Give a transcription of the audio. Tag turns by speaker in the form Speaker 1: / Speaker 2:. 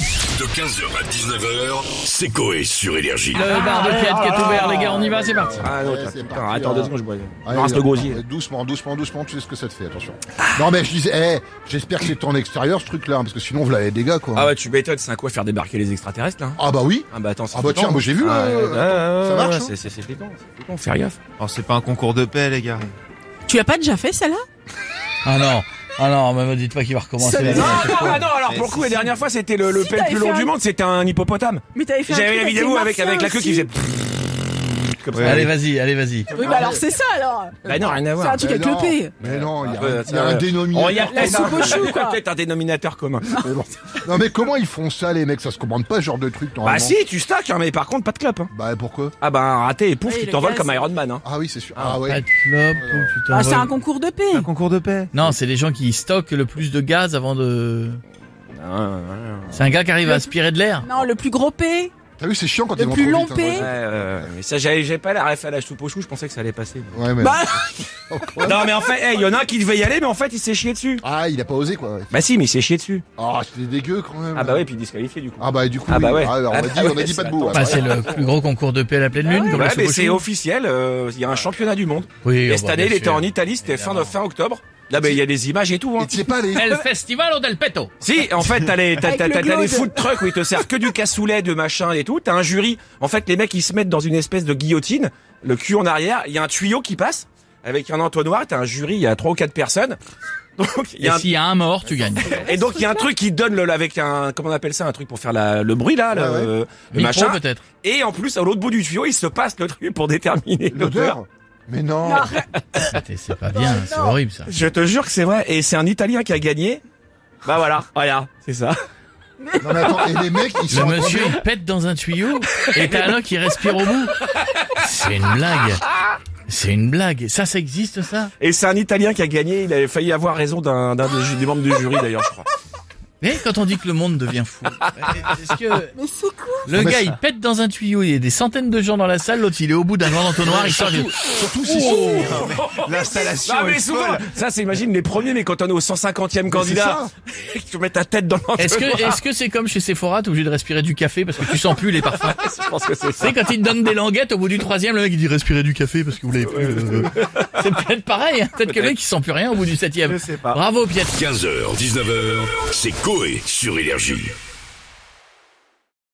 Speaker 1: De 15h à 19h, c'est Coé sur Énergie.
Speaker 2: Ah,
Speaker 3: Le bar de Piette qui est ouvert, les gars, on y va, c'est parti.
Speaker 4: Ah non,
Speaker 5: Ouais,
Speaker 4: attends,
Speaker 5: c'est euh,
Speaker 4: putain,
Speaker 5: parti, hein.
Speaker 4: attends deux
Speaker 5: là.
Speaker 4: secondes, je bois.
Speaker 5: Allez,
Speaker 4: Il me reste le gosier.
Speaker 5: Doucement, doucement, doucement, tu sais ce que ça te fait, attention. Non mais je disais, eh, j'espère que c'est en extérieur ce truc-là, hein, parce que sinon vous l'avez des gars quoi.
Speaker 4: Ah ouais, tu m'étonnes, c'est un quoi faire débarquer les extraterrestres là
Speaker 5: Ah bah oui,
Speaker 4: Ah bah attends, c'est
Speaker 5: Ah bah
Speaker 4: flippant.
Speaker 5: tiens, moi, j'ai vu,
Speaker 4: Ah,
Speaker 5: ouais,
Speaker 4: ouais,
Speaker 5: attends,
Speaker 4: ouais,
Speaker 5: ça
Speaker 4: ouais,
Speaker 5: marche,
Speaker 4: ouais,
Speaker 5: hein
Speaker 4: C'est c'est- c'est flippant, c'est flippant, faire gaffe.
Speaker 6: Alors Oh, c'est pas un concours de paix les gars.
Speaker 7: Tu l'as pas déjà fait celle-là
Speaker 3: Ah non, ah non, mais me dites pas qu'il va recommencer.
Speaker 2: Non,
Speaker 3: la
Speaker 2: non,
Speaker 3: vie.
Speaker 4: Ah,
Speaker 2: bah non, alors pour le coup, la dernière fois, c'était le, le
Speaker 7: Si,
Speaker 2: pet le
Speaker 7: t'avais
Speaker 2: plus
Speaker 7: fait
Speaker 2: long
Speaker 7: un-
Speaker 2: du monde, c'était un hippopotame.
Speaker 7: Mais t'avais fait un
Speaker 2: J'avais
Speaker 7: truc
Speaker 2: la vidéo avec,
Speaker 7: les
Speaker 2: avec la queue qui
Speaker 7: martiens
Speaker 2: faisait. Comme ça.
Speaker 3: Allez, vas-y, allez, vas-y.
Speaker 7: aussi. Oui, bah alors c'est ça alors
Speaker 2: Bah non, rien à
Speaker 7: C'est un
Speaker 2: voir.
Speaker 7: truc
Speaker 5: Mais
Speaker 7: avec le
Speaker 5: non.
Speaker 7: P
Speaker 5: Mais non, il y a,
Speaker 4: Ouais,
Speaker 5: un-
Speaker 4: ouais,
Speaker 5: il y a un
Speaker 4: ouais.
Speaker 5: dénominateur.
Speaker 2: il y a
Speaker 7: La
Speaker 2: peut-être-
Speaker 7: soupe au chou,
Speaker 2: il y a
Speaker 7: quoi.
Speaker 2: peut-être un dénominateur commun.
Speaker 5: Mais bon. Non mais comment ils font ça les mecs, ça se commande pas ce genre de truc normalement.
Speaker 2: Bah si, tu stacks, hein, mais par contre, pas de clope. hein.
Speaker 5: Bah pourquoi
Speaker 2: Ah bah un raté et pouf,
Speaker 7: Oui,
Speaker 2: tu
Speaker 7: le
Speaker 2: t'envoles
Speaker 7: gaz.
Speaker 2: comme Iron Man. Hein.
Speaker 5: Ah oui c'est sûr. Ah
Speaker 3: Pas
Speaker 5: ouais.
Speaker 3: de clope, ou tu
Speaker 7: Ah, c'est un
Speaker 3: t'envoles.
Speaker 7: concours de P
Speaker 6: Un concours de paix.
Speaker 3: Non, c'est les gens qui stockent le plus de gaz avant de.
Speaker 2: Ah,
Speaker 3: C'est un gars qui arrive à aspirer de l'air.
Speaker 7: Non, le plus gros P
Speaker 5: T'as vu c'est chiant quand
Speaker 7: Le
Speaker 5: ils vont
Speaker 7: plus
Speaker 5: trop
Speaker 7: long
Speaker 5: vite, hein,
Speaker 7: P
Speaker 2: Ouais, ouais, ouais. mais ça, j'avais j'avais pas la ref à la soupe au chou, je pensais que ça allait passer.
Speaker 5: ouais. Ouais, mais-
Speaker 2: Bah Non, mais en fait, hey, il y en a un qui devait y aller, mais en fait, il s'est chié dessus.
Speaker 5: Ah il a pas osé quoi.
Speaker 2: Bah si, mais il s'est chié dessus.
Speaker 5: Ah c'était dégueu quand même.
Speaker 2: Ah bah ouais, puis disqualifié du coup.
Speaker 5: Ah bah du coup.
Speaker 2: Ah bah
Speaker 5: oui.
Speaker 2: ouais.
Speaker 5: alors, on a
Speaker 2: Ah
Speaker 5: dit,
Speaker 2: bah
Speaker 5: on a
Speaker 2: ouais,
Speaker 5: dit pas de
Speaker 2: c'est-
Speaker 5: bout.
Speaker 3: Bah, c'est le plus gros concours de paix à la pleine lune,
Speaker 7: Ah ouais.
Speaker 3: comme
Speaker 2: Ouais,
Speaker 3: la
Speaker 2: mais
Speaker 3: soupe au
Speaker 2: c'est
Speaker 3: chou.
Speaker 2: officiel, euh, il y a
Speaker 3: Ah,
Speaker 2: un championnat du monde.
Speaker 3: Oui,
Speaker 2: Et
Speaker 3: oh,
Speaker 2: cette
Speaker 3: bah,
Speaker 2: année, il
Speaker 3: bien
Speaker 2: était
Speaker 3: sûr.
Speaker 2: en Italie, c'était fin, de-
Speaker 3: Évidemment.
Speaker 2: fin octobre. Là, ben, il y a des images et tout. Hein.
Speaker 5: Et tu sais pas les.
Speaker 3: El Festival del Petto.
Speaker 2: Si, en fait, t'as les, t'as,
Speaker 7: Avec
Speaker 2: t'as,
Speaker 7: le
Speaker 2: t'as- t'as les
Speaker 7: glaude.
Speaker 2: food trucks où ils te servent que du cassoulet, de machin et tout. T'as un jury. En fait, les mecs, ils se mettent dans une espèce de guillotine, le cul en arrière. Il y a un tuyau qui passe avec un entonnoir. T'as un jury, il y a trois ou quatre personnes. Donc, il y
Speaker 3: Et
Speaker 2: a un-
Speaker 3: s'il y a un mort, tu gagnes.
Speaker 2: et donc, il y a un truc qui donne le, avec un, comment on appelle ça, un truc pour faire la- le bruit, là, le,
Speaker 5: Ouais,
Speaker 2: le
Speaker 3: Micro,
Speaker 2: machin.
Speaker 3: peut-être.
Speaker 2: Et en plus, à l'autre bout du tuyau, il se passe le truc pour déterminer l'odeur.
Speaker 5: L'odeur. Mais non.
Speaker 7: Non.
Speaker 3: C'est- C'est pas bien, c'est horrible ça.
Speaker 2: Je te jure que c'est vrai. Et c'est un Italien qui a gagné. Bah voilà, voilà, c'est ça.
Speaker 5: Non mais attends et les mecs ils
Speaker 3: Le
Speaker 5: sont.
Speaker 3: monsieur, il pète dans un tuyau et t'as un homme qui respire au bout. C'est une blague. C'est une blague. Ça, ça existe, ça
Speaker 2: Et c'est un Italien qui a gagné. Il avait failli avoir raison d'un d'un des, ju- des membres du jury d'ailleurs, je crois.
Speaker 3: Mais quand on dit que le monde devient fou, est-ce que
Speaker 7: Mais c'est quoi
Speaker 3: le
Speaker 5: Mais
Speaker 3: gars
Speaker 5: ça-
Speaker 3: il pète dans un tuyau, il y a des centaines de gens dans la salle, l'autre il est au bout d'un grand entonnoir, il sort du...
Speaker 5: Surtout s'ils sont.
Speaker 6: L'installation
Speaker 2: Ah, Oh. mais
Speaker 6: est
Speaker 2: souvent,
Speaker 6: folle.
Speaker 2: ça c'est imagine les premiers, mais quand on est au 150e candidat, tu mets ta tête dans
Speaker 3: Est-ce que
Speaker 2: l'entonnoir.
Speaker 3: est-ce que c'est comme chez Sephora, t'es obligé de respirer du café parce que tu sens plus les parfums
Speaker 2: Je pense que c'est
Speaker 3: Tu
Speaker 2: ça.
Speaker 3: sais quand ils te donnent des languettes au bout du troisième, le mec il dit respirez du café parce que vous l'avez plus. euh, euh. C'est peut-être pareil, hein. peut-être que le mec il sent plus rien au bout du septième.
Speaker 6: Je sais pas.
Speaker 3: Bravo Piet.
Speaker 1: 15h, 19h, c'est Coé sur Énergie.